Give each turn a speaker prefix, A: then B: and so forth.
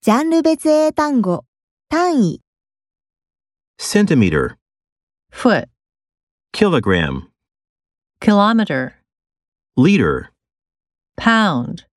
A: ジャンル別英単語、単位、
B: centimeter,
C: foot,
B: kilogram,
C: kilometer,
B: liter.
C: pound.